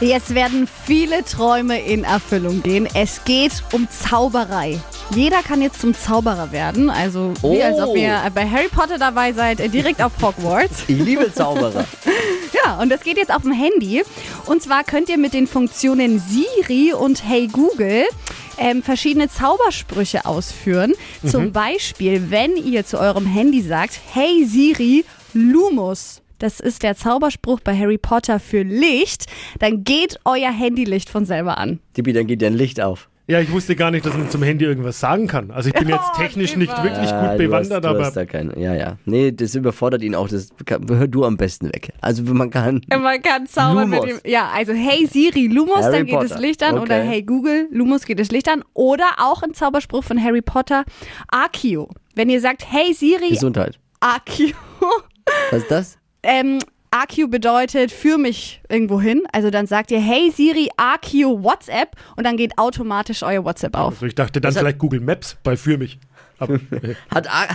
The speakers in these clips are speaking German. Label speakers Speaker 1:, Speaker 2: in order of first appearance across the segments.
Speaker 1: Jetzt werden viele Träume in Erfüllung gehen. Es geht um Zauberei. Jeder kann jetzt zum Zauberer werden. Also wie
Speaker 2: Oh.
Speaker 1: als ob ihr bei Harry Potter dabei seid, äh, direkt auf Hogwarts.
Speaker 2: Ich liebe Zauberer.
Speaker 1: Ja, und das geht jetzt auf dem Handy. Und zwar könnt ihr mit den Funktionen Siri und Hey Google ähm, verschiedene Zaubersprüche ausführen. Zum Beispiel, wenn ihr zu eurem Handy sagt, Hey Siri, Lumus. Das ist der Zauberspruch bei Harry Potter für Licht. Dann geht euer Handylicht von selber an.
Speaker 2: Tippi, dann geht dein Licht auf.
Speaker 3: Ja, ich wusste gar nicht, dass man zum Handy irgendwas sagen kann. Also ich bin jetzt
Speaker 1: Oh,
Speaker 3: technisch nicht
Speaker 1: Eva.
Speaker 3: wirklich
Speaker 2: Ah,
Speaker 3: gut bewandert,
Speaker 2: du hast, du
Speaker 3: aber
Speaker 2: hast da keine, ja, ja. Nee, das überfordert ihn auch. Das kann, hör du am besten weg. Also wenn man kann.
Speaker 1: Man kann zaubern
Speaker 2: Lumos.
Speaker 1: mit dem. Ja, also hey Siri, Lumos,
Speaker 2: Harry
Speaker 1: dann geht das
Speaker 2: Potter.
Speaker 1: Licht an. Oder
Speaker 2: Okay.
Speaker 1: hey Google, Lumos geht das Licht an. Oder auch ein Zauberspruch von Harry Potter, Akio. Wenn ihr sagt, hey Siri,
Speaker 2: Gesundheit.
Speaker 1: Akio.
Speaker 2: Was ist das?
Speaker 1: Ähm, Akio bedeutet für mich irgendwo hin. Also dann sagt ihr, hey Siri, Akio WhatsApp. Und dann geht automatisch euer WhatsApp auf.
Speaker 3: also ich dachte dann vielleicht Google Maps bei für mich. Aber, äh,
Speaker 2: Hat, A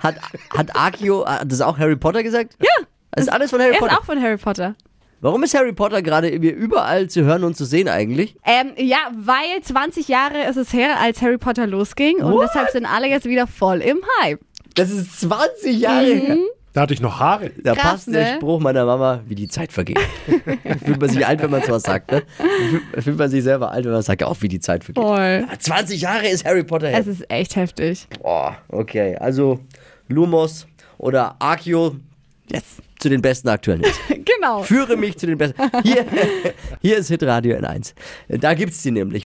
Speaker 2: hat, hat Akio, ah, hat das auch Harry Potter gesagt? Ja. Das ist alles von Harry
Speaker 1: Er ist
Speaker 2: Potter.
Speaker 1: auch von Harry Potter.
Speaker 2: Warum ist Harry Potter gerade irgendwie überall zu hören und zu sehen eigentlich?
Speaker 1: Ähm, ja, weil 20 Jahre ist es her, als Harry Potter losging. Und deshalb sind alle jetzt wieder voll im Hype.
Speaker 2: Das ist 20 Jahre her.
Speaker 3: da hatte ich noch Haare.
Speaker 2: Da
Speaker 1: Mhm. Krass,
Speaker 2: passt der
Speaker 1: ne?
Speaker 2: Spruch meiner Mama, wie die Zeit vergeht. fühlt man sich alt, wenn man sowas sagt, ne? Fühlt- Fühlt man sich selber alt, wenn man sagt, auch wie die Zeit vergeht.
Speaker 1: Voll.
Speaker 2: 20 Jahre ist Harry Potter her.
Speaker 1: Es ist echt heftig.
Speaker 2: Boah, okay. Also Lumos oder Archeo
Speaker 1: Yes.
Speaker 2: zu den besten aktuellen Hits.
Speaker 1: Genau.
Speaker 2: Führe mich zu den besten. Hier, hier ist Hitradio N1. Da gibt's die nämlich.